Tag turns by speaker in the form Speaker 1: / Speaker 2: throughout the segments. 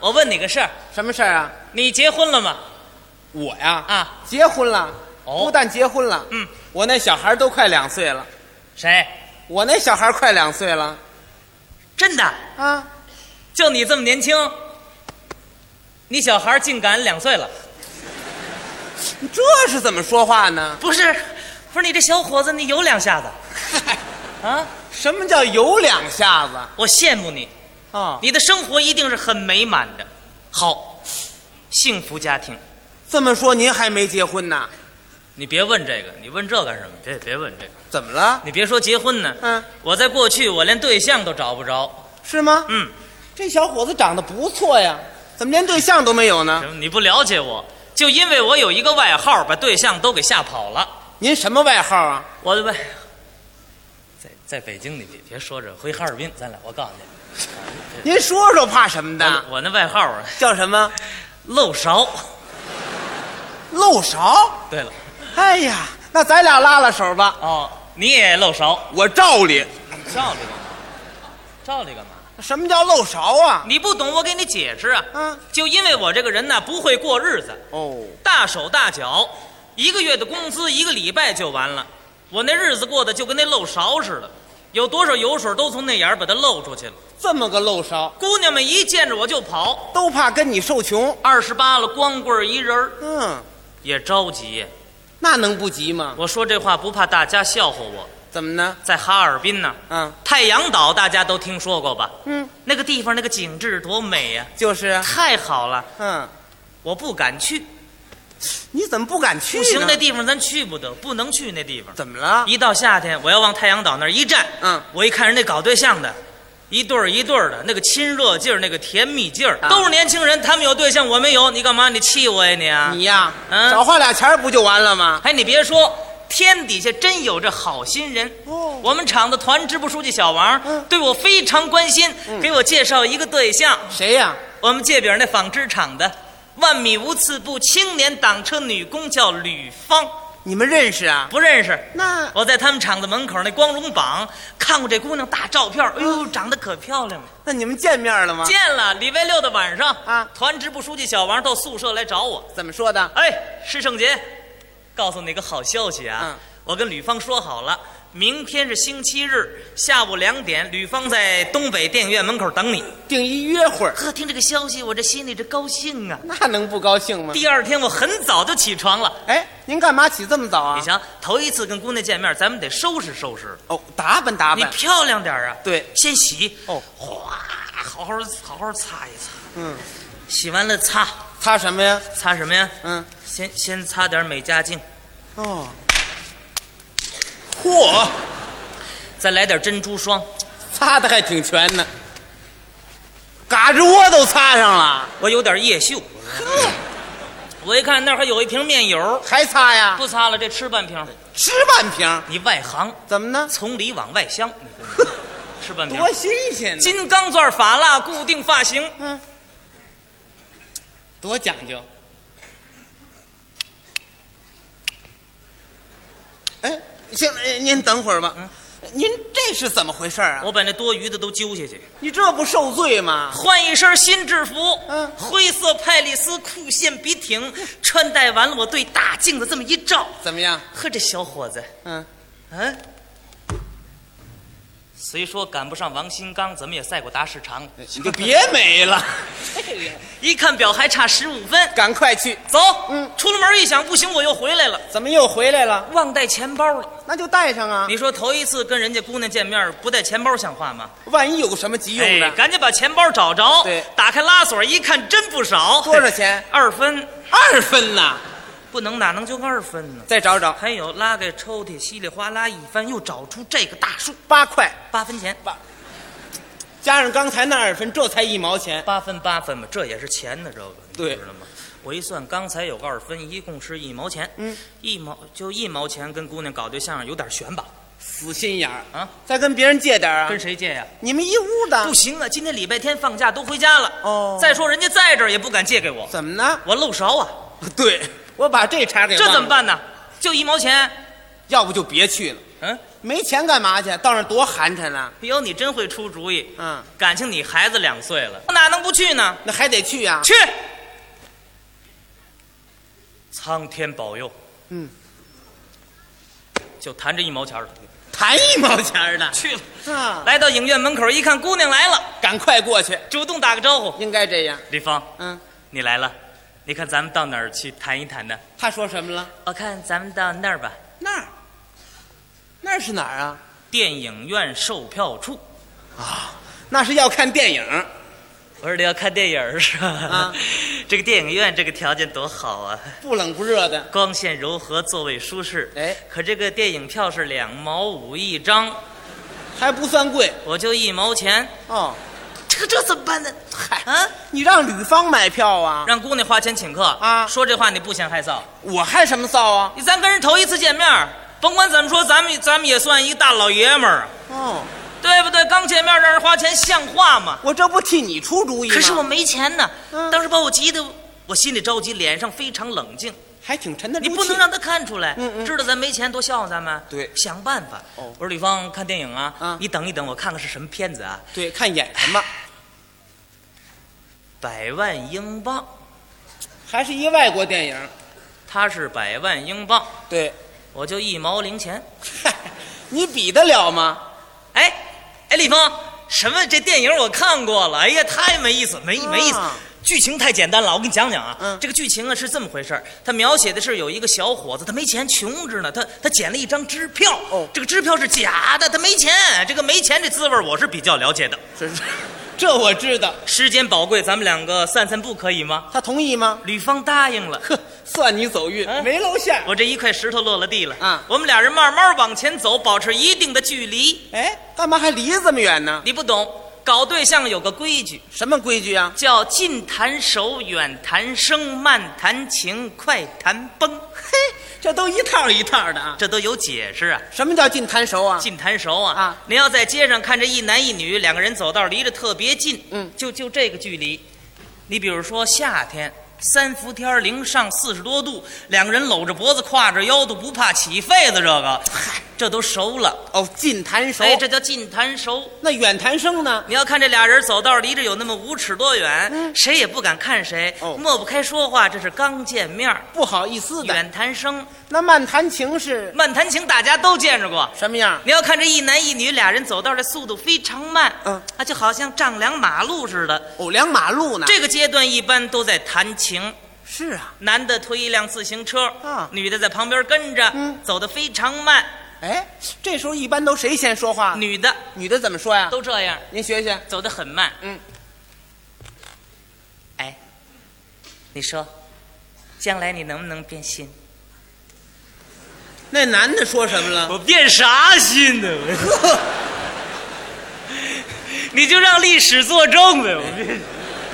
Speaker 1: 我问你个事儿，
Speaker 2: 什么事儿啊？
Speaker 1: 你结婚了吗？
Speaker 2: 我呀，
Speaker 1: 啊，
Speaker 2: 结婚了，
Speaker 1: 哦
Speaker 2: 不但结婚了，
Speaker 1: 嗯，
Speaker 2: 我那小孩都快两岁了，
Speaker 1: 谁？
Speaker 2: 我那小孩快两岁了
Speaker 1: 真的？
Speaker 2: 啊，
Speaker 1: 就你这么年轻，你小孩竟敢两岁了？
Speaker 2: 你这是怎么说话呢？
Speaker 1: 不是，不是你这小伙子，你有两下子啊！
Speaker 2: 什么叫有两下子
Speaker 1: 我羡慕你，
Speaker 2: 啊？
Speaker 1: 你的生活一定是很美满的，好，幸福家庭。
Speaker 2: 这么说您还没结婚呢？
Speaker 1: 你别问这个，你问这干什么？别别问这个，
Speaker 2: 怎么了？
Speaker 1: 你别说结婚呢。
Speaker 2: 嗯，
Speaker 1: 我在过去我连对象都找不着。
Speaker 2: 是吗？
Speaker 1: 嗯，
Speaker 2: 这小伙子长得不错呀，怎么连对象都没有呢？
Speaker 1: 你不了解我，就因为我有一个外号，把对象都给吓跑了。
Speaker 2: 您什么外号啊？
Speaker 1: 我的外，在在北京你别别说这，回哈尔滨咱俩，我告诉你，
Speaker 2: 您说说怕什么的？
Speaker 1: 我我 那外号啊，
Speaker 2: 嗯叫什么？
Speaker 1: 漏勺。
Speaker 2: 漏勺？
Speaker 1: 对了，
Speaker 2: 哎呀，那咱俩拉拉手吧。
Speaker 1: 哦，你也漏勺，
Speaker 2: 我照理。
Speaker 1: 照理干嘛？照理干嘛？
Speaker 2: 什么叫漏勺啊？
Speaker 1: 你不懂，我给你解释啊。
Speaker 2: 嗯，
Speaker 1: 就因为我这个人呢，不会过日子，
Speaker 2: 哦，
Speaker 1: 大手大脚，一个月的工资一个礼拜就完了，我那日子过得就跟那漏勺似的，有多少油水都从那眼儿把它漏出去了。
Speaker 2: 这么个漏勺，
Speaker 1: 姑娘们一见着我就跑，
Speaker 2: 都怕跟你受穷。
Speaker 1: 二十八了，光棍儿一人儿
Speaker 2: 嗯，
Speaker 1: 也着急。
Speaker 2: 那能不急吗？
Speaker 1: 我说这话不怕大家笑话我，
Speaker 2: 怎么呢？
Speaker 1: 在哈尔滨呢，
Speaker 2: 嗯
Speaker 1: 太阳岛大家都听说过吧？
Speaker 2: 嗯，
Speaker 1: 那个地方那个景致多美呀、
Speaker 2: 就是啊，
Speaker 1: 太好了，
Speaker 2: 嗯，
Speaker 1: 我不敢去。
Speaker 2: 你怎么不敢去
Speaker 1: 不
Speaker 2: 呢？
Speaker 1: 行，那地方咱去不得，不能去那地方。
Speaker 2: 怎么了？
Speaker 1: 一到夏天，我要往太阳岛那儿一站，
Speaker 2: 嗯，
Speaker 1: 我一看人那搞对象的，一对儿一对儿的，那个亲热劲儿，那个甜蜜劲儿，
Speaker 2: 啊
Speaker 1: 都是年轻人，他们有对象，我没有，你干嘛？你气我呀你啊？
Speaker 2: 你呀，
Speaker 1: 嗯
Speaker 2: 少花俩钱儿不就完了吗？
Speaker 1: 哎，你别说，天底下真有这好心人。
Speaker 2: 哦
Speaker 1: 我们厂的团支部书记小王、
Speaker 2: 嗯
Speaker 1: 对我非常关心，给我介绍一个对象。
Speaker 2: 谁呀？
Speaker 1: 我们界饼那纺织厂的万米无刺布青年挡车女工叫吕芳，
Speaker 2: 你们认识啊？
Speaker 1: 不认识。
Speaker 2: 那
Speaker 1: 我在他们厂子门口那光荣榜看过这姑娘大照片，哎呦，长得可漂亮了。
Speaker 2: 那你们见面了吗？
Speaker 1: 见了，礼拜六的晚上
Speaker 2: 啊
Speaker 1: 团支部书记小王到宿舍来找我。
Speaker 2: 怎么说的？
Speaker 1: 哎，施圣杰，告诉你个好消息啊！
Speaker 2: 嗯
Speaker 1: 我跟吕芳说好了，明天是星期日下午两点，吕芳在东北电影院门口等你。
Speaker 2: 定一约会儿，
Speaker 1: 呵，听这个消息，我这心里这高兴啊！
Speaker 2: 那能不高兴吗？
Speaker 1: 第二天我很早就起床了，
Speaker 2: 哎，您干嘛起这么早
Speaker 1: 你
Speaker 2: 啊？
Speaker 1: 瞧，头一次跟姑娘见面，咱们得收拾收拾，
Speaker 2: 哦，打扮打
Speaker 1: 你
Speaker 2: 扮。
Speaker 1: 漂亮点啊！
Speaker 2: 对
Speaker 1: 先洗
Speaker 2: 哦，
Speaker 1: 哗，好好好好擦一擦，
Speaker 2: 嗯，
Speaker 1: 洗完了擦
Speaker 2: 擦什么呀？
Speaker 1: 擦什么呀？
Speaker 2: 嗯，
Speaker 1: 先先擦点美加净，
Speaker 2: 哦，嚯，
Speaker 1: 再来点珍珠霜。
Speaker 2: 擦的还挺全呢，嘎吱窝都擦上了，
Speaker 1: 我有点夜嗅。我一看那儿还有一瓶面油，
Speaker 2: 还擦呀？
Speaker 1: 不擦了，这吃半瓶。
Speaker 2: 吃半瓶，
Speaker 1: 你外行，
Speaker 2: 怎么呢？
Speaker 1: 从里往外香，你吃半瓶。
Speaker 2: 多新鲜呢！
Speaker 1: 金刚钻发蜡固定发型，
Speaker 2: 嗯，多讲究。哎，行，哎您等会儿吧。您这是怎么回事啊？
Speaker 1: 我把那多余的都揪下去，
Speaker 2: 你这不受罪吗？
Speaker 1: 换一身新制服，
Speaker 2: 嗯
Speaker 1: 灰色派丽丝裤线笔挺，穿戴完了，我对大镜子这么一照，
Speaker 2: 怎么样？
Speaker 1: 呵，这小伙子，
Speaker 2: 嗯，
Speaker 1: 嗯，虽说赶不上王新刚，怎么也赛过达世长，
Speaker 2: 你就别 没了，
Speaker 1: 一看表还差十五分，
Speaker 2: 赶快去。
Speaker 1: 走，
Speaker 2: 嗯
Speaker 1: 出了门一想，不行，我又回来了，
Speaker 2: 怎么又回来了？
Speaker 1: 忘带钱包了。
Speaker 2: 那就带上啊，
Speaker 1: 你说头一次跟人家姑娘见面，不带钱包像话吗？
Speaker 2: 万一有什么急用
Speaker 1: 哎，
Speaker 2: 的。
Speaker 1: 赶紧把钱包找着，
Speaker 2: 对
Speaker 1: 打开拉锁一看，真不少，
Speaker 2: 多少钱？
Speaker 1: 二分，
Speaker 2: 二分呐，
Speaker 1: 不能哪能就二分呢？
Speaker 2: 再找找，
Speaker 1: 还有拉开抽屉，稀里哗啦一翻，又找出这个大数，
Speaker 2: 八块，
Speaker 1: 八分钱，
Speaker 2: 加上刚才那二分，这才一毛钱。
Speaker 1: 八分八分嘛，这也是钱呢，这个
Speaker 2: 对
Speaker 1: 你知道吗？我一算，刚才有个二分，一共是一毛钱，嗯，一毛就一毛钱，跟姑娘搞对象有点悬吧？
Speaker 2: 死心眼儿
Speaker 1: 啊！
Speaker 2: 再跟别人借点儿啊
Speaker 1: 跟！谁借呀、
Speaker 2: 你们一屋的
Speaker 1: 不，行啊，今天礼拜天放假都回家了。
Speaker 2: 哦
Speaker 1: 再说人家在这儿也不敢借给我，
Speaker 2: 怎么呢？
Speaker 1: 我漏勺啊，
Speaker 2: 对，我把这茬给忘
Speaker 1: 这
Speaker 2: 了
Speaker 1: 怎么？办呢？就一毛钱，
Speaker 2: 要不就别去了，
Speaker 1: 嗯，
Speaker 2: 没钱干嘛去？到那儿多寒碜啊！
Speaker 1: 哎呦，你真会出主意，
Speaker 2: 嗯，
Speaker 1: 感情你孩子两岁了，我哪能不去呢？
Speaker 2: 那还得去啊。
Speaker 1: 去！苍天保佑，
Speaker 2: 嗯，
Speaker 1: 就谈这一毛钱儿了，
Speaker 2: 谈一毛钱儿的
Speaker 1: 去了。
Speaker 2: 啊，
Speaker 1: 来到影院门口一看，姑娘来了，
Speaker 2: 赶快过去，
Speaker 1: 主动打个招呼。
Speaker 2: 应该这样。
Speaker 1: 李芳，
Speaker 2: 嗯，
Speaker 1: 你来了，你看咱们到哪儿去谈一谈呢？
Speaker 2: 他说什么了？
Speaker 1: 我看咱们到那儿吧，
Speaker 2: 那儿，那儿是哪儿啊？
Speaker 1: 电影院售票处。
Speaker 2: 那是要看电影。
Speaker 1: 我说你要看电影儿是吧？
Speaker 2: 啊，
Speaker 1: 这个电影院这个条件多好啊，
Speaker 2: 不冷不热的，
Speaker 1: 光线柔和，座位舒适。
Speaker 2: 哎，
Speaker 1: 可这个电影票是两毛五一张，
Speaker 2: 还不算贵
Speaker 1: 我就一毛钱，
Speaker 2: 哦。
Speaker 1: 这个这怎么办呢？
Speaker 2: 嗨，
Speaker 1: 啊，
Speaker 2: 你让吕方买票啊？
Speaker 1: 让姑娘花钱请客
Speaker 2: 啊
Speaker 1: 说这话你不嫌害臊？
Speaker 2: 我害什么臊啊？
Speaker 1: 你咱跟人头一次见面儿，甭管怎么说，咱们咱们也算一个大老爷们儿啊，
Speaker 2: 哦，
Speaker 1: 对不对？刚见面让人花钱像话吗？
Speaker 2: 我这不替你出主意吗？
Speaker 1: 可是我没钱呢，
Speaker 2: 嗯
Speaker 1: 当时把我急得，我心里着急，脸上非常冷静。
Speaker 2: 还挺沉得 住
Speaker 1: 你
Speaker 2: 气。
Speaker 1: 不能让他看出来，
Speaker 2: 嗯嗯
Speaker 1: 知道咱没钱多笑话咱们。
Speaker 2: 对
Speaker 1: 想办法。
Speaker 2: 哦
Speaker 1: 我说吕芳看电影啊，
Speaker 2: 啊
Speaker 1: 你等一等，我看看是什么片子啊。
Speaker 2: 对，看演什么？
Speaker 1: 百万英镑，
Speaker 2: 还是一外国电影。
Speaker 1: 他是百万英镑，
Speaker 2: 对，
Speaker 1: 我就一毛零钱。
Speaker 2: 嗨，你比得了吗？
Speaker 1: 哎，哎，李芳，什么？这电影我看过了，哎呀，太没意思，没
Speaker 2: 啊
Speaker 1: 没意思。剧情太简单了，我给你讲讲啊，
Speaker 2: 嗯
Speaker 1: 这个剧情啊是这么回事儿，它描写的是有一个小伙子，他没钱，穷着呢，他他捡了一张支票，
Speaker 2: 哦
Speaker 1: 这个支票是假的，他没钱，这个没钱这滋味儿我是比较了解的。
Speaker 2: 这这我知道。
Speaker 1: 时间宝贵，咱们两个散散步可以吗？
Speaker 2: 他同意吗？
Speaker 1: 吕方答应了，
Speaker 2: 呵，算你走运，
Speaker 1: 嗯
Speaker 2: 没露馅。
Speaker 1: 我这一块石头落了地了。
Speaker 2: 啊
Speaker 1: 我们俩人慢慢往前走，保持一定的距离。
Speaker 2: 哎，干嘛还离这么远呢？
Speaker 1: 你不懂，搞对象有个规矩，
Speaker 2: 什么规矩啊？
Speaker 1: 叫近谈手，远谈生，慢谈情，快谈崩。
Speaker 2: 嘿，这都一套一套的啊。
Speaker 1: 这都有解释啊。
Speaker 2: 什么叫近谈熟啊？
Speaker 1: 近谈熟啊！
Speaker 2: 啊
Speaker 1: 您要在街上看着一男一女两个人走道离着特别近，
Speaker 2: 嗯
Speaker 1: 就就这个距离。你比如说夏天，三伏天儿零上四十多度，两个人搂着脖子挎着腰都不怕起痱子，这个，这都熟了。
Speaker 2: 哦，近谈熟。
Speaker 1: 哎，这叫近谈熟。
Speaker 2: 那远谈生呢？
Speaker 1: 你要看这俩人走道离着有那么五尺多远，
Speaker 2: 嗯
Speaker 1: 谁也不敢看谁，
Speaker 2: 哦
Speaker 1: 抹不开说话，这是刚见面儿。
Speaker 2: 不好意思的。
Speaker 1: 远谈生，
Speaker 2: 那漫谈情是
Speaker 1: 慢谈情，大家都见着过。
Speaker 2: 什么样？
Speaker 1: 你要看这一男一女俩人走道的速度非常慢，
Speaker 2: 嗯
Speaker 1: 啊，就好像丈量马路似的。
Speaker 2: 哦，两马路呢？
Speaker 1: 这个阶段一般都在谈情，
Speaker 2: 是啊。
Speaker 1: 男的推一辆自行车，
Speaker 2: 啊
Speaker 1: 女的在旁边跟着，
Speaker 2: 嗯
Speaker 1: 走得非常慢。
Speaker 2: 哎，这时候一般都谁先说话？
Speaker 1: 女的
Speaker 2: 女的怎么说呀？
Speaker 1: 都这样，
Speaker 2: 您学学。
Speaker 1: 走得很慢。
Speaker 2: 嗯，
Speaker 1: 哎，你说，将来你能不能变心？
Speaker 2: 那男的说什么了？
Speaker 1: 我变啥心呢？ 你就让历史作证呗。我变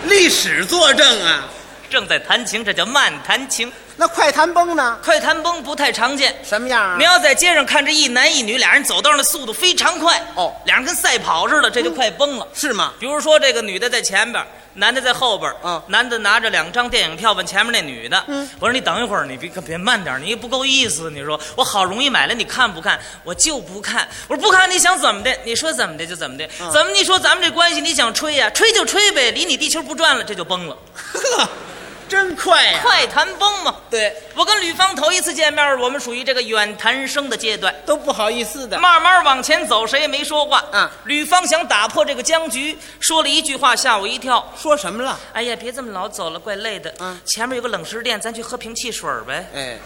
Speaker 2: 历史作证啊。
Speaker 1: 正在谈情，这叫慢谈情。
Speaker 2: 那快谈崩呢？
Speaker 1: 快谈崩不太常见。
Speaker 2: 什么样啊
Speaker 1: 你？要在街上看着一男一女俩人走道的速度非常快，
Speaker 2: 哦
Speaker 1: 俩人跟赛跑似的，这就快崩了。
Speaker 2: 是吗？
Speaker 1: 比如说，这个女的在前边，男的在后边，
Speaker 2: 嗯
Speaker 1: 男的拿着两张电影票问前面那女的，我说你等一会儿，你别别慢点，你不够意思。你说我好容易买了，你看不看？我就不看。我说不看，你想怎么的？你说怎么的就怎么的。怎么你说咱们这关系你想吹呀、吹就吹呗，离你地球不转了，这就崩了。
Speaker 2: 呵，真快呀、
Speaker 1: 快谈崩嘛。
Speaker 2: 对，
Speaker 1: 我跟吕芳头一次见面，我们属于这个远谈生的阶段，
Speaker 2: 都不好意思的。
Speaker 1: 慢慢往前走，谁也没说话。
Speaker 2: 嗯
Speaker 1: 吕芳想打破这个僵局，说了一句话吓我一跳。
Speaker 2: 说什么了？
Speaker 1: 哎呀，别这么老走了，怪累的。
Speaker 2: 嗯
Speaker 1: 前面有个冷食店，咱去喝瓶汽水儿呗。
Speaker 2: 哎，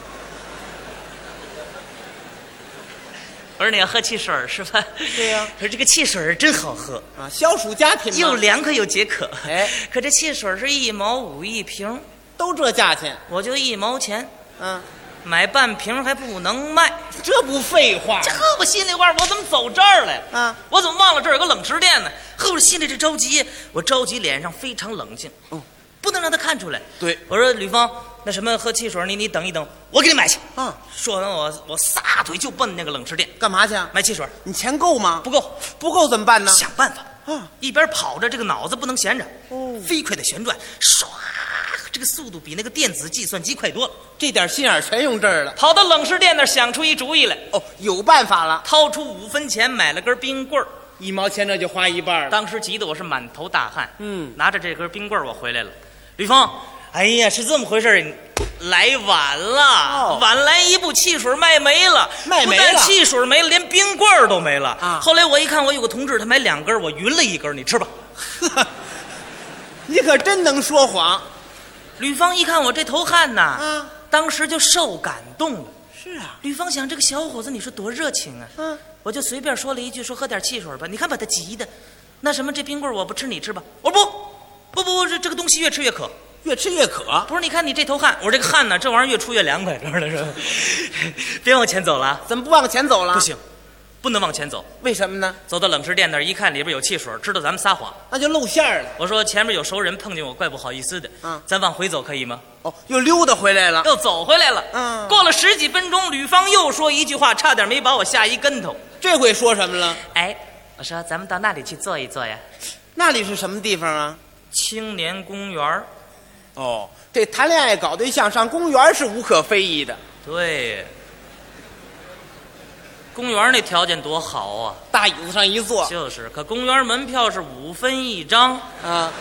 Speaker 1: 我说你要喝汽水儿是吧？
Speaker 2: 对呀
Speaker 1: 可是这个汽水儿真好喝，
Speaker 2: 啊，消暑佳品
Speaker 1: 又
Speaker 2: 嘛，
Speaker 1: 凉快又解渴。
Speaker 2: 哎，
Speaker 1: 可这汽水儿是一毛五一瓶，
Speaker 2: 都这价钱，
Speaker 1: 我就一毛钱
Speaker 2: 嗯、
Speaker 1: 买半瓶还不能卖。
Speaker 2: 这不废话
Speaker 1: 这我心里话，我怎么走这儿来？
Speaker 2: 啊，
Speaker 1: 我怎么忘了这儿有个冷食店呢？呵，我心里这着急，我着急，脸上非常冷静，
Speaker 2: 嗯，
Speaker 1: 不能让他看出来。
Speaker 2: 对
Speaker 1: 我说吕芳，那什么喝汽水，你你等一等，我给你买去。
Speaker 2: 啊？
Speaker 1: 说完我我撒腿就奔那个冷食店
Speaker 2: 干嘛去啊？
Speaker 1: 买汽水，
Speaker 2: 你钱够吗？
Speaker 1: 不够，
Speaker 2: 不够怎么办呢？
Speaker 1: 想办法。
Speaker 2: 啊，
Speaker 1: 一边跑着，这个脑子不能闲着，
Speaker 2: 哦
Speaker 1: 飞快的旋转，唰，这这个速度比那个电子计算机快多了。
Speaker 2: 这点心眼儿全用这儿了。
Speaker 1: 跑到冷食店那儿想出一主意来，
Speaker 2: 哦，有办法了，
Speaker 1: 掏出五分钱买了根冰棍儿。
Speaker 2: 一毛钱这就花一半了。
Speaker 1: 当时急得我是满头大汗。
Speaker 2: 嗯，
Speaker 1: 拿着这根冰棍儿我回来了。吕峰，哎呀，是这么回事儿，你来晚了，
Speaker 2: 哦
Speaker 1: 晚来一步，汽水卖没了，
Speaker 2: 卖没了
Speaker 1: 不但汽水没了，连冰棍儿都没了。
Speaker 2: 啊
Speaker 1: 后来我一看，我有个同志，他买两根儿，我匀了一根儿，你吃吧。
Speaker 2: 你可真能说谎
Speaker 1: 吕方一看我这头汗呐，
Speaker 2: 啊！
Speaker 1: 当时就受感动了。
Speaker 2: 是啊，
Speaker 1: 吕方想，这个小伙子你说多热情啊！
Speaker 2: 嗯，
Speaker 1: 我就随便说了一句，说喝点汽水吧。你看把他急的，那什么这冰棍儿我不吃，你吃吧。我说不，不不不，这这个东西越吃越渴。
Speaker 2: 越吃越渴。
Speaker 1: 不是，你看你这头汗，我这个汗呢，这玩意儿越出越凉快，知道吗？别往前走了啊，
Speaker 2: 怎么不往前走了？
Speaker 1: 不，行，不能往前走。
Speaker 2: 为什么呢？
Speaker 1: 走到冷食店那儿一看，里边有汽水，知道咱们撒谎。
Speaker 2: 那就露馅儿了。
Speaker 1: 我说前面有熟人碰见我，怪不好意思的。
Speaker 2: 嗯
Speaker 1: 咱往回走可以吗？
Speaker 2: 哦，又溜达回来了。
Speaker 1: 又走回来了。
Speaker 2: 嗯
Speaker 1: 过了十几分钟，吕方又说一句话，差点没把我吓一跟头。
Speaker 2: 这回说什么了？
Speaker 1: 哎，我说咱们到那里去坐一坐呀，
Speaker 2: 那里是什么地方啊？
Speaker 1: 青年公园儿。
Speaker 2: 哦，这谈恋爱搞对象上公园是无可非议的，
Speaker 1: 对，公园儿那条件多好啊！
Speaker 2: 大椅子上一坐
Speaker 1: 就是，可公园门票是五分一张，
Speaker 2: 啊，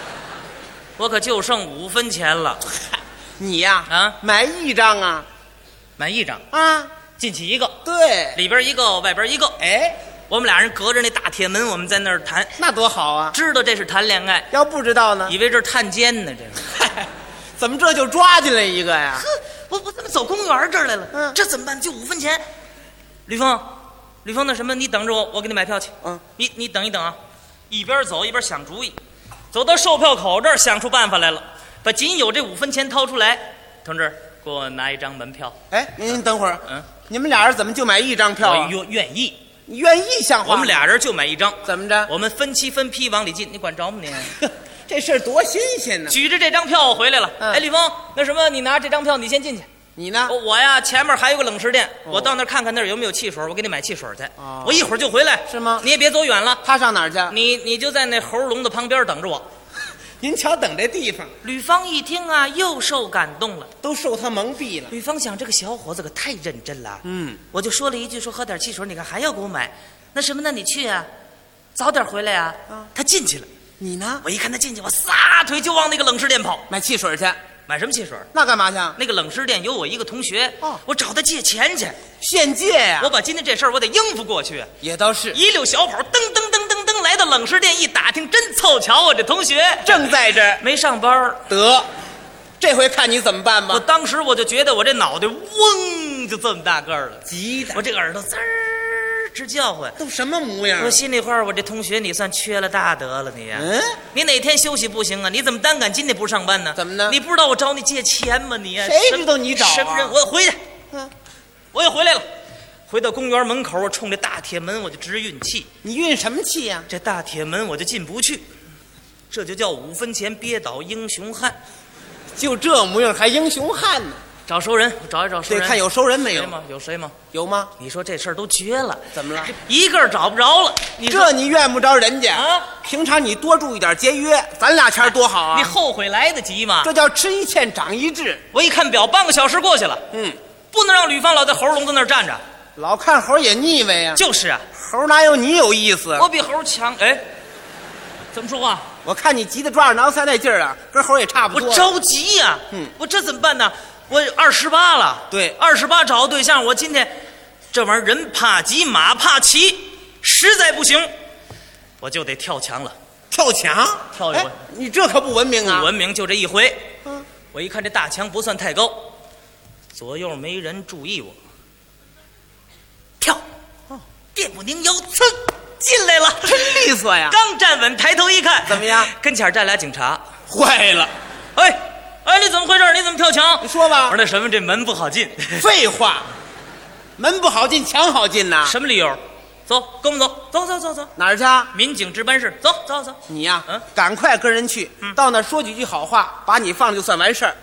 Speaker 1: 我可就剩五分钱了
Speaker 2: 你呀
Speaker 1: 啊！
Speaker 2: 买一张啊
Speaker 1: 买一张，
Speaker 2: 啊，
Speaker 1: 进去一个，
Speaker 2: 对，
Speaker 1: 里边一个，外边一个。
Speaker 2: 哎，
Speaker 1: 我们俩人隔着那大铁门，我们在那儿谈，
Speaker 2: 那多好啊！
Speaker 1: 知道这是谈恋爱，
Speaker 2: 要不知道呢，
Speaker 1: 以为这是探监呢，这是。
Speaker 2: 嗨，怎么这就抓进来一个呀？
Speaker 1: 我我怎么走公园这儿来了？
Speaker 2: 嗯
Speaker 1: 这怎么办？就五分钱。吕峰，吕峰，那什么，你等着我，我给你买票去。
Speaker 2: 嗯，
Speaker 1: 你你等一等啊，一边走一边想主意，走到售票口这儿想出办法来了，把仅有这五分钱掏出来，同志，给我拿一张门票。
Speaker 2: 哎，您您等会儿，
Speaker 1: 嗯，
Speaker 2: 你们俩人怎么就买一张票
Speaker 1: 我
Speaker 2: 啊？
Speaker 1: 愿愿意，
Speaker 2: 你愿意像话？
Speaker 1: 我们俩人就买一张，
Speaker 2: 怎么着？
Speaker 1: 我们分期分批往里进，你管着吗你？
Speaker 2: 这事儿多新鲜呢！
Speaker 1: 举着这张票我回来了。
Speaker 2: 嗯啊
Speaker 1: 哎，李峰，那什么，你拿这张票，你先进去。
Speaker 2: 你呢
Speaker 1: 我？我呀，前面还有个冷食店，我到那儿看看那儿有没有汽水，我给你买汽水去
Speaker 2: 哦。
Speaker 1: 我一会儿就回来，
Speaker 2: 是吗
Speaker 1: 你也别走远了，
Speaker 2: 他上哪儿去？
Speaker 1: 你你就在那猴笼子旁边等着我。
Speaker 2: 您瞧，等这地方
Speaker 1: 吕方一听啊，又受感动了。
Speaker 2: 都受他蒙蔽了。
Speaker 1: 吕方想，这个小伙子可太认真了。
Speaker 2: 嗯，
Speaker 1: 我就说了一句，说喝点汽水，你看还要给我买，那什么，那你去啊，早点回来啊。
Speaker 2: 嗯
Speaker 1: 他进去了。
Speaker 2: 你呢？
Speaker 1: 我一看他进去，我撒腿就往那个冷食店跑。
Speaker 2: 买汽水去，
Speaker 1: 买什么汽水？
Speaker 2: 那干嘛去？啊
Speaker 1: 那个冷食店有我一个同学，
Speaker 2: 哦啊
Speaker 1: 我找他借钱去。
Speaker 2: 献借呀、
Speaker 1: 我把今天这事儿我得应付过去。
Speaker 2: 也倒是
Speaker 1: 一溜小跑，噔噔噔噔噔来到冷食店，一打听，真凑巧，我这同学
Speaker 2: 正在这儿
Speaker 1: 没上班儿。
Speaker 2: 得，这回看你怎么办
Speaker 1: 我
Speaker 2: 吧。
Speaker 1: 当时我就觉得我这脑袋嗡就这么大个儿了，
Speaker 2: 急
Speaker 1: 我这个耳朵滋儿直叫唤。
Speaker 2: 都什么模样啊
Speaker 1: 我心里话，我这同学你算缺了大德了，你呀、
Speaker 2: 嗯，
Speaker 1: 你哪天休息不行啊？你怎么单敢今天不上班呢？
Speaker 2: 怎么呢
Speaker 1: 你不知道我找你借钱吗？你呀
Speaker 2: 谁
Speaker 1: 什么
Speaker 2: 知道你找啊
Speaker 1: 什么人？我回去，
Speaker 2: 嗯
Speaker 1: 我也回来了。回到公园门口，我冲着大铁门我就直运气，
Speaker 2: 你运什么气呀、
Speaker 1: 这大铁门我就进不去，这就叫五分钱憋倒英雄汉。
Speaker 2: 就这模样还英雄汉呢？
Speaker 1: 找熟人，我找一找熟
Speaker 2: 得
Speaker 1: 人，
Speaker 2: 看有熟人没
Speaker 1: 谁
Speaker 2: 有？
Speaker 1: 吗？有谁吗？
Speaker 2: 有吗？
Speaker 1: 你说这事儿都绝了，
Speaker 2: 怎么了？
Speaker 1: 一个儿找不着了。你说
Speaker 2: 这你怨不着人家
Speaker 1: 啊！
Speaker 2: 平常你多注意点节约，咱俩钱儿多好
Speaker 1: 你
Speaker 2: 啊！
Speaker 1: 后悔来得及吗？
Speaker 2: 这叫吃一堑长一智。
Speaker 1: 我一看表，半个小时过去了，
Speaker 2: 嗯，
Speaker 1: 不能让吕方老在猴笼子那儿站
Speaker 2: 啊
Speaker 1: 着。
Speaker 2: 老看猴也腻歪呀、
Speaker 1: 就是啊，
Speaker 2: 猴哪有你有意思？啊
Speaker 1: 我比猴强。哎，怎么说话？
Speaker 2: 我看你急得抓耳挠腮那劲儿啊，跟猴也差不
Speaker 1: 我
Speaker 2: 多。
Speaker 1: 着急呀、
Speaker 2: 嗯，
Speaker 1: 我这怎么办呢？我二十八了，
Speaker 2: 对
Speaker 1: 二十八找个对象，我今天这玩意儿人怕急马怕骑，实在不行，我就得跳墙了。
Speaker 2: 跳墙，
Speaker 1: 跳一回
Speaker 2: 哎你这可不文明啊！
Speaker 1: 文明就这一回。
Speaker 2: 嗯
Speaker 1: 我一看这大墙不算太高，左右没人注意我，跳，
Speaker 2: 哦
Speaker 1: 电不宁腰，噌进来了。
Speaker 2: 真利索呀！
Speaker 1: 刚站稳，抬头一看，
Speaker 2: 怎么样？
Speaker 1: 跟前儿站俩警察。
Speaker 2: 坏了，
Speaker 1: 哎，哎，你怎么回事？你怎么跳墙？
Speaker 2: 你说
Speaker 1: 我
Speaker 2: 吧
Speaker 1: 说。那什么，这门不好进。
Speaker 2: 废话，门不好进，墙好进呐。
Speaker 1: 什么理由？走，跟我们走，走走走走。
Speaker 2: 哪儿去啊？
Speaker 1: 民警值班室，走走走。
Speaker 2: 你呀、
Speaker 1: 嗯
Speaker 2: 赶快跟人去，到那儿说几句好话，把你放了就算完事儿。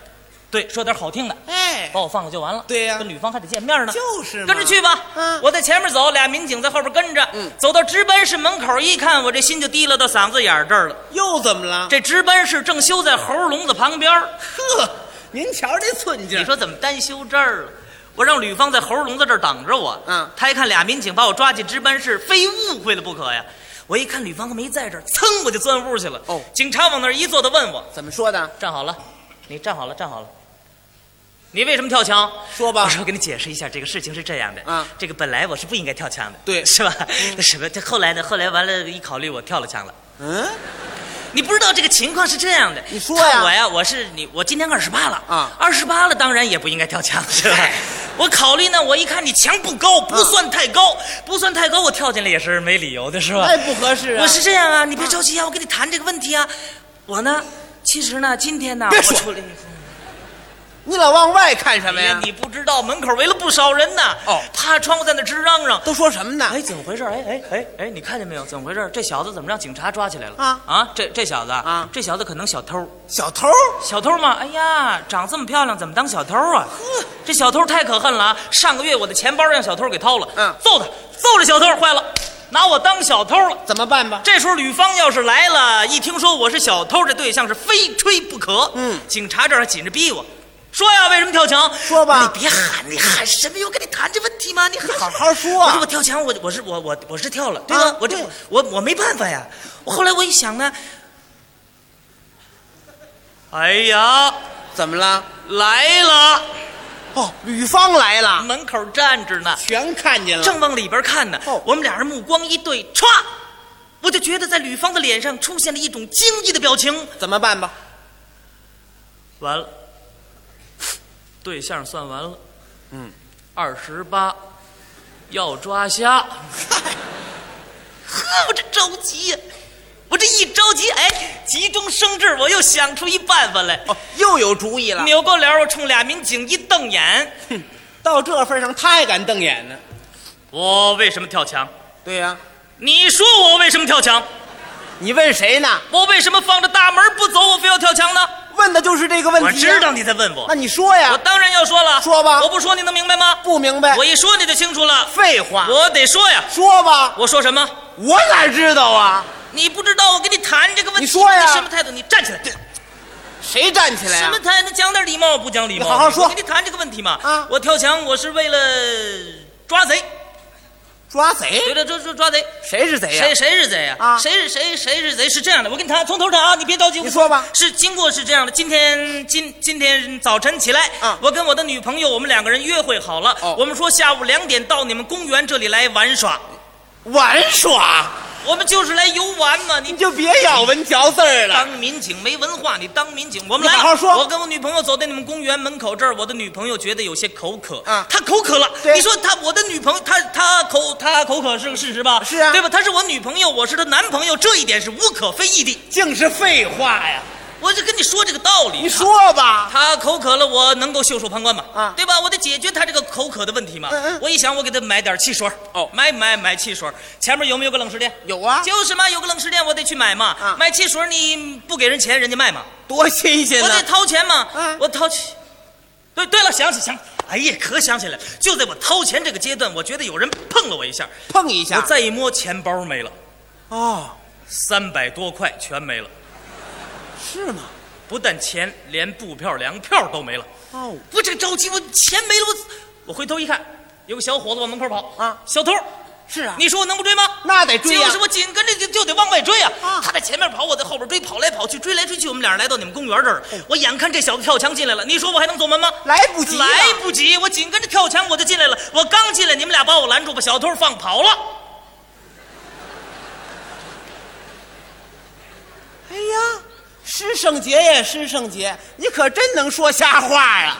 Speaker 1: 对，说点好听的，
Speaker 2: 哎，
Speaker 1: 把我放了就完了。
Speaker 2: 对呀
Speaker 1: 跟女方还得见面呢。
Speaker 2: 就是嘛
Speaker 1: 跟着去吧。
Speaker 2: 嗯
Speaker 1: 我在前面走，俩民警在后边跟着。
Speaker 2: 嗯
Speaker 1: 走到值班室门口一看，我这心就提溜
Speaker 2: 嗯
Speaker 1: 到嗓子眼儿这儿了。
Speaker 2: 又怎么了？
Speaker 1: 这值班室正修在猴笼子旁边儿，
Speaker 2: 呵，您瞧这寸劲
Speaker 1: 你
Speaker 2: 儿，
Speaker 1: 说怎么单修这儿了？我让吕方在猴笼子这儿等着我。
Speaker 2: 嗯
Speaker 1: 他一看俩民警把我抓进值班室，非误会了不可呀。我一看吕方没在这儿，噌我就钻屋去了。
Speaker 2: 哦
Speaker 1: 警察往那儿一坐，他问我
Speaker 2: 怎么说的？
Speaker 1: 站好了，你站好了，站好了。你为什么跳墙？
Speaker 2: 说吧
Speaker 1: 我说我给你解释一下，这个事情是这样的。
Speaker 2: 嗯
Speaker 1: 这个本来我是不应该跳墙的，
Speaker 2: 对
Speaker 1: 是吧？那什么，这后来呢？后来完了，一考虑，我跳了墙了。
Speaker 2: 嗯，
Speaker 1: 你不知道这个情况是这样的，
Speaker 2: 你说呀
Speaker 1: 看我呀，我是你，我今年二十八了
Speaker 2: 啊
Speaker 1: 二十八了，当然也不应该跳 墙，是吧
Speaker 2: 嗨？
Speaker 1: 我考虑呢，我一看你墙不高，不算太高，不算太高，我跳进来也是没理由的，是吧？
Speaker 2: 那也不合适啊。
Speaker 1: 呃我是这样啊，你别着急啊，我跟你谈这个问题啊。我呢，其实呢，今天呢，
Speaker 2: 别
Speaker 1: 我
Speaker 2: 说
Speaker 1: 出来。
Speaker 2: 你老往外看什么
Speaker 1: 哎呀
Speaker 2: 呀？，
Speaker 1: 你不知道门口围了不少人呢。
Speaker 2: 哦
Speaker 1: 趴窗户在那直嚷嚷。
Speaker 2: 都说什么呢？
Speaker 1: 哎，怎么回事？哎哎哎哎，你看见没有？怎么回事？这小子怎么让警察抓起来了？
Speaker 2: 啊
Speaker 1: 啊，这这小子
Speaker 2: 啊
Speaker 1: 这小子可能小偷。
Speaker 2: 小偷？
Speaker 1: 小偷嘛，哎呀，长这么漂亮，怎么当小偷啊？这小偷太可恨了啊！上个月我的钱包让小偷给偷了，
Speaker 2: 嗯
Speaker 1: 揍他，揍这小偷，坏了，拿我当小偷了。
Speaker 2: 怎么办吧？
Speaker 1: 这时候吕方要是来了，一听说我是小偷，这对象是非吹不可。
Speaker 2: 嗯
Speaker 1: 警察这儿还紧着逼我，说呀，为什么跳墙？
Speaker 2: 说吧
Speaker 1: 你别喊，你喊什么呀？我跟你谈这问题吗？你喊
Speaker 2: 好好说
Speaker 1: 我说我跳墙，我我是我我我是跳了，对吧？
Speaker 2: 啊
Speaker 1: 我这
Speaker 2: 对
Speaker 1: 我我没办法呀。我后来我一想呢，哎呀，
Speaker 2: 怎么了？
Speaker 1: 来了，
Speaker 2: 哦，吕方来了，
Speaker 1: 门口站着呢。
Speaker 2: 全看见了。
Speaker 1: 正往里边看呢，
Speaker 2: 嗯哦
Speaker 1: 我们俩人目光一对，歘，我就觉得在吕方的脸上出现了一种惊异的表情。
Speaker 2: 怎么办吧？
Speaker 1: 完了， 对象算完了，
Speaker 2: 嗯，
Speaker 1: 二十八，要抓 瞎。呵，我这着急呀、我这一着急，哎，急中生智，我又想出一办法来。
Speaker 2: 哦，又有主意了。
Speaker 1: 扭过脸，我冲俩民警一瞪眼，
Speaker 2: 到这份上，他还敢瞪眼呢？
Speaker 1: 我为什么跳墙？
Speaker 2: 对呀、
Speaker 1: 你说我为什么跳墙？
Speaker 2: 你问谁呢？
Speaker 1: 我为什么放着大门不走，我非要跳墙呢？
Speaker 2: 问的就是这个问题、
Speaker 1: 我知，道你在问我
Speaker 2: 那，你说
Speaker 1: 我
Speaker 2: 呀，
Speaker 1: 当然要说哎了。
Speaker 2: 说吧
Speaker 1: 我不说你能明白吗？
Speaker 2: 不明白
Speaker 1: 我。一说你就清楚了。
Speaker 2: 废话，
Speaker 1: 我得说呀，
Speaker 2: 说吧，
Speaker 1: 我说什么？
Speaker 2: 我哪知道啊？
Speaker 1: 你不知道我跟你谈这个问题，
Speaker 2: 你说呀
Speaker 1: 你什么态度？你站起来，
Speaker 2: 谁站起来
Speaker 1: 什
Speaker 2: 啊
Speaker 1: 么？态度？讲点礼貌不讲礼貌？
Speaker 2: 你好好说
Speaker 1: 我跟你谈这个问题嘛。
Speaker 2: 啊
Speaker 1: 我跳墙，我是为了抓贼，
Speaker 2: 抓贼？
Speaker 1: 为了抓抓抓贼。
Speaker 2: 谁是贼哎呀、
Speaker 1: 谁谁是贼呀、
Speaker 2: 啊
Speaker 1: 谁是谁谁是贼？是这样的，我跟你谈，从头谈啊，你别着急。
Speaker 2: 你说吧
Speaker 1: 是经过是这样的，今天今今天早晨起来，
Speaker 2: 啊
Speaker 1: 我跟我的女朋友，我们两个人约会好了，
Speaker 2: 哦
Speaker 1: 我们说下午两点到你们公园这里来玩耍，
Speaker 2: 玩耍？
Speaker 1: 我们就是来游玩嘛。你
Speaker 2: 你就别咬文嚼字儿了
Speaker 1: 当。民警没文化，你当民警，我们
Speaker 2: 你
Speaker 1: 来
Speaker 2: 好好说
Speaker 1: 我跟我女朋友走在你们公园门口这儿，我的女朋友觉得有些口渴，
Speaker 2: 啊
Speaker 1: 她口渴了。
Speaker 2: 对
Speaker 1: 你说她，我的女朋友，她她口她口渴是个事实吧？
Speaker 2: 是啊
Speaker 1: 对吧？她是我女朋友，我是她男朋友，这一点是无可非议的。
Speaker 2: 净是废话呀！
Speaker 1: 我就跟嗯你说这个道理。
Speaker 2: 你说吧，
Speaker 1: 他口渴了，我能够袖手旁观吗？
Speaker 2: 啊
Speaker 1: 对吧？我得解决他这个口渴的问题嘛。
Speaker 2: 嗯嗯
Speaker 1: 我一想，我给他买点汽水。
Speaker 2: 哦
Speaker 1: 买买买汽水。前面有没有个冷食店？
Speaker 2: 有啊，
Speaker 1: 就是嘛，有个冷食店，我得去买嘛。
Speaker 2: 啊
Speaker 1: 买汽水你不给人钱，人家卖嘛，
Speaker 2: 多新鲜
Speaker 1: 我
Speaker 2: 呢
Speaker 1: 得！掏钱嘛。
Speaker 2: 嗯
Speaker 1: 我掏钱。对对了，想起想起，哎呀，可想起来了！就在我掏钱这个阶段，我觉得有人碰了我一下，
Speaker 2: 碰一
Speaker 1: 我
Speaker 2: 下，
Speaker 1: 再一摸，钱包没了，
Speaker 2: 哦，
Speaker 1: 三百多块全没了，
Speaker 2: 是吗？
Speaker 1: 不但钱，连布票、粮票都没了。
Speaker 2: 哦，
Speaker 1: 我这个着急，我钱没了，我我回头一看，有个小伙子往门口跑
Speaker 2: 啊
Speaker 1: 小偷，
Speaker 2: 是啊，
Speaker 1: 你说我能不追吗？
Speaker 2: 那得追呀
Speaker 1: 就是！我紧跟着就就得往外追啊！
Speaker 2: 啊
Speaker 1: 他在前面跑，我在后边追，跑来跑去，追来追去，我们俩人来到你们公园这儿，
Speaker 2: 哦
Speaker 1: 我眼看这小子跳墙进来了，你说我还能走门吗？
Speaker 2: 来不及了，
Speaker 1: 来不及，我紧跟着跳墙我就进来了，我刚进来，你们俩把我拦住，把小偷放跑了。
Speaker 2: 哎呀，师圣杰呀，师圣杰，你可真能说瞎话呀！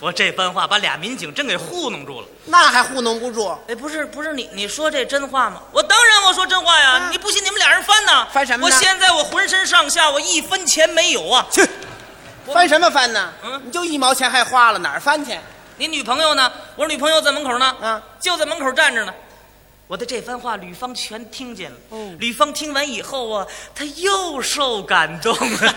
Speaker 1: 我这番话把俩民警真给糊弄住了。
Speaker 2: 那还糊弄不住，
Speaker 1: 哎，不是不是，你你说这真话吗？我当然我说真话呀！
Speaker 2: 啊
Speaker 1: 你不信，你们俩人翻呐！
Speaker 2: 翻什么
Speaker 1: 我
Speaker 2: 呢
Speaker 1: 现在我浑身上下我一分钱没有啊！
Speaker 2: 去，翻什么翻呢？
Speaker 1: 嗯
Speaker 2: 你就一毛钱还花了，哪儿翻去？
Speaker 1: 你女朋友呢？我说女朋友在门口呢，
Speaker 2: 啊
Speaker 1: 就在门口站着呢。我的这番话，吕方全听见了。
Speaker 2: 哦
Speaker 1: 吕方听完以后啊，他又受感动了。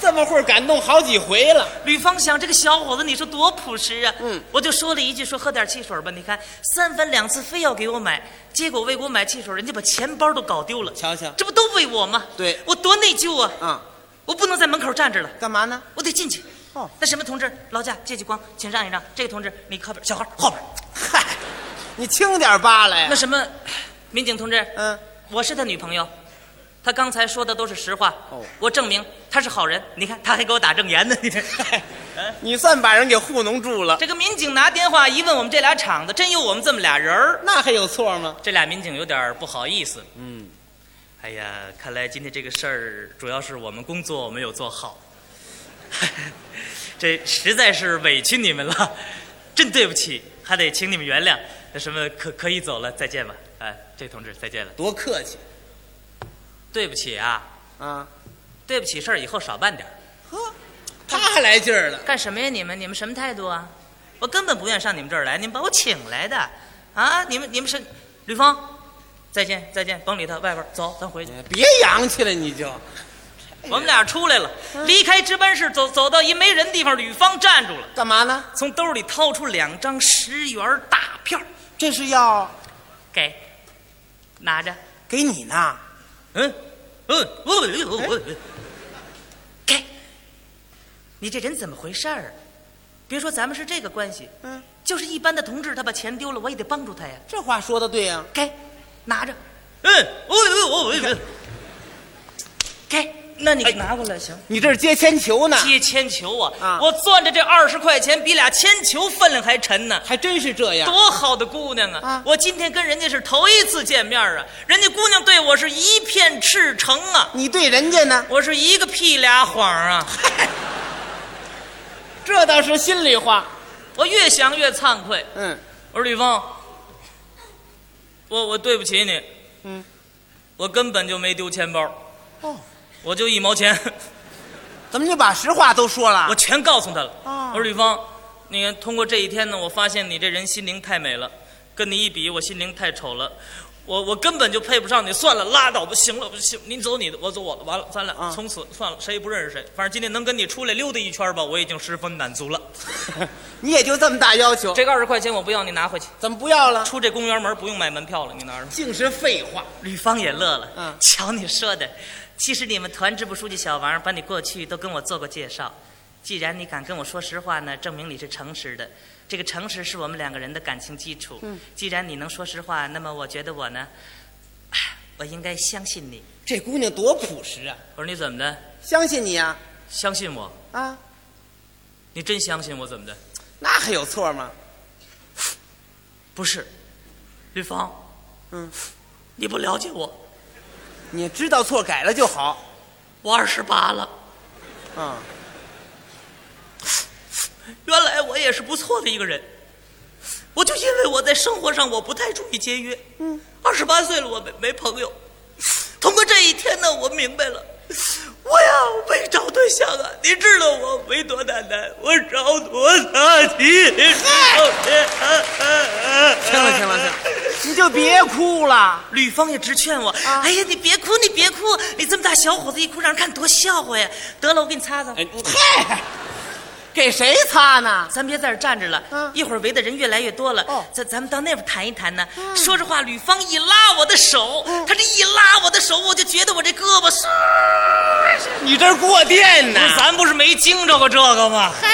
Speaker 2: 这么会儿感动好几回了，
Speaker 1: 吕方想，这个小伙子，你说多朴实啊！
Speaker 2: 嗯，
Speaker 1: 我就说了一句，说喝点汽水吧。你看，三番两次非要给我买，结果为我买汽水，人家把钱包都搞丢了。
Speaker 2: 瞧瞧
Speaker 1: 这不都为我吗？
Speaker 2: 对
Speaker 1: 我多内疚啊！
Speaker 2: 啊、
Speaker 1: 我不能在门口站着了，
Speaker 2: 干嘛呢？
Speaker 1: 我得进去。
Speaker 2: 哦
Speaker 1: 那什么同志，劳驾，借借光，请让一让。这个同志，你靠边，小孩后边。
Speaker 2: 嗨，你轻点扒拉呀
Speaker 1: 那。什么，民警同志，
Speaker 2: 嗯，
Speaker 1: 我是他女朋友，他刚才说的都是实话。
Speaker 2: 哦
Speaker 1: 我证明他是好人。你看，他还给我打证言呢。你 看，嗯
Speaker 2: 你算把人给糊弄住了，
Speaker 1: 这个民警拿电话一问，我们这俩厂子真有我们这么俩人儿。
Speaker 2: 那还有错吗？
Speaker 1: 这俩民警有点儿不好意思。嗯，哎呀，看来今天这个事儿主要是我们工作没有做好， 这实在是委屈你们了，真对不起，还得请你们原谅。那什么，可可以走了，再见吧。哎，这同志再见了，
Speaker 2: 多客气
Speaker 1: 对不起啊，
Speaker 2: 啊！
Speaker 1: 对不起事儿以后少办点儿。
Speaker 2: 呵，他还来劲儿了。
Speaker 1: 干什么呀？你们你们什么态度啊？我根本不愿上你们这儿来，你们把我请来的啊！你们你们是吕峰，再见再见，甭理他，外边儿走，咱回去。
Speaker 2: 别洋气了，你就
Speaker 1: 我们俩出来了，离开值班室，走走到一没人地方，吕方站住了，
Speaker 2: 干嘛呢？
Speaker 1: 从兜里掏出两张十元大票，
Speaker 2: 这是要
Speaker 1: 给，拿着，
Speaker 2: 给你呢？
Speaker 1: 嗯，嗯，我我我给，哎你这人怎么回事儿？啊别说咱们是这个关系，
Speaker 2: 嗯，
Speaker 1: 就是一般的同志，他把钱丢了，我也得帮助他呀。
Speaker 2: 这话说的对呀、啊
Speaker 1: 给，拿着，嗯，我我我我，给，那你给拿过来行。
Speaker 2: 你这是接铅球呢？
Speaker 1: 哎接铅球啊！
Speaker 2: 啊
Speaker 1: 我攥着这二十块钱，比俩铅球分量还沉呢。
Speaker 2: 还真是这样。
Speaker 1: 多好的姑娘啊！
Speaker 2: 啊
Speaker 1: 我今天跟人家是头一次见面啊，人家姑娘对我是一片赤诚啊，
Speaker 2: 你对人家呢？
Speaker 1: 我是一个屁俩谎 啊！
Speaker 2: 这倒是心里话。
Speaker 1: 我越想越惭愧。
Speaker 2: 嗯，
Speaker 1: 我说吕峰，我我对不起你，
Speaker 2: 嗯，
Speaker 1: 我根本就没丢钱包，
Speaker 2: 哦，
Speaker 1: 我就一毛钱，
Speaker 2: 怎么就把实话都说了
Speaker 1: 我？全告诉他了。
Speaker 2: 啊
Speaker 1: 我说吕峰，你看通过这一天呢，我发现你这人心灵太美了，跟你一比，我心灵太丑了。我我根本就配不上你，算了，拉倒吧，行了，不行，您走你的，我走我的，完了，咱俩、
Speaker 2: 啊
Speaker 1: 从此算了，谁也不认识谁。反正今天能跟你出来溜达一圈吧，我已经十分满足了。
Speaker 2: 你也就这么大要求？
Speaker 1: 这个二十块钱我不要，你拿回去。
Speaker 2: 怎么不要了？
Speaker 1: 出这公园门不用买门票了，你拿着。
Speaker 2: 净是废话。
Speaker 1: 吕方也乐了，
Speaker 2: 嗯
Speaker 1: 瞧你说的，其实你们团支部书记小王把你过去都跟我做过介绍，既然你敢跟我说实话呢，证明你是诚实的。这个诚实是我们两个人的感情基础。既然你能说实话，那么我觉得我呢，唉我应该相信你。
Speaker 2: 这姑娘多朴实啊！
Speaker 1: 我说你怎么的？
Speaker 2: 相信你呀、
Speaker 1: 相信我？
Speaker 2: 啊！
Speaker 1: 你真相信我怎么的？
Speaker 2: 那还有错吗？
Speaker 1: 不是，吕方，
Speaker 2: 嗯，
Speaker 1: 你不了解我，
Speaker 2: 你知道错改了就好。
Speaker 1: 我二十八了，
Speaker 2: 嗯，
Speaker 1: 原来我也是不错的一个人，我就因为我在生活上我不太注意节约，嗯，二十八岁了我没没朋友，通过这一天呢，我明白了，我呀没找对象啊，你知道我没多大难，我找多大题，你知道吗？
Speaker 2: 行了行了行了，你就别哭了。
Speaker 1: 吕方也直劝我：“哎呀，你别哭，你别哭，你这么大小伙子一哭，让人看多笑话呀！得了，我给你擦擦。
Speaker 2: 哎嗨，给谁擦呢？
Speaker 1: 咱别在这儿站着了，
Speaker 2: 嗯
Speaker 1: 一会儿围的人越来越多了，
Speaker 2: 哦嗯
Speaker 1: 咱咱们到那边谈一谈呢。说着话，吕方一拉我的手，他这一拉我的手，我就觉得我这胳膊是。
Speaker 2: 你这儿过电呢
Speaker 1: 咱不是没经着过这个吗？嗨，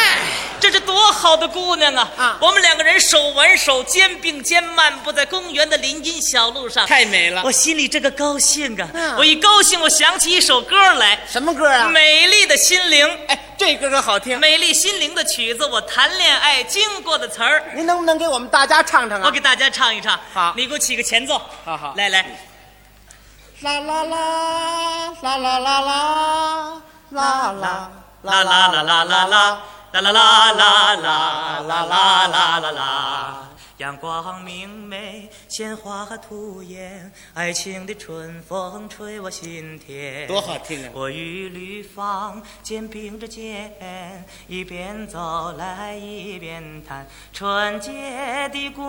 Speaker 1: 这是多好的姑娘啊！
Speaker 2: 啊
Speaker 1: 我们两个人手挽手，肩并肩漫步在公园的林荫小路上，
Speaker 2: 太美了
Speaker 1: 我心里这个高兴啊！
Speaker 2: 嗯
Speaker 1: 我一高兴，我想起一首歌来，
Speaker 2: 什么歌啊？
Speaker 1: 美丽的心灵》。
Speaker 2: 哎，这歌可好听。
Speaker 1: 美丽心灵的曲子，我谈恋爱经过的词儿。
Speaker 2: 您能不能给我们大家唱唱
Speaker 1: 我
Speaker 2: 啊
Speaker 1: 给？大家唱一唱。
Speaker 2: 好
Speaker 1: 你给我起个前奏。
Speaker 2: 好好
Speaker 1: 来来，
Speaker 2: 啦啦啦啦啦啦啦啦啦
Speaker 1: 啦啦啦啦啦啦啦啦啦啦啦啦啦啦啦啦。阳光明媚，鲜花吐艳，爱情的春风吹我心田。
Speaker 2: 多好听啊
Speaker 1: 我与吕方肩并着肩，一边走来一边谈纯洁的姑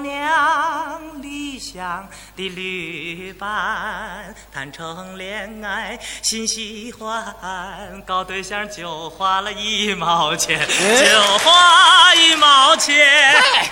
Speaker 1: 娘，理想的旅伴，谈成恋爱新喜欢，搞对象就花了一毛钱，就花一毛钱。
Speaker 2: 嗨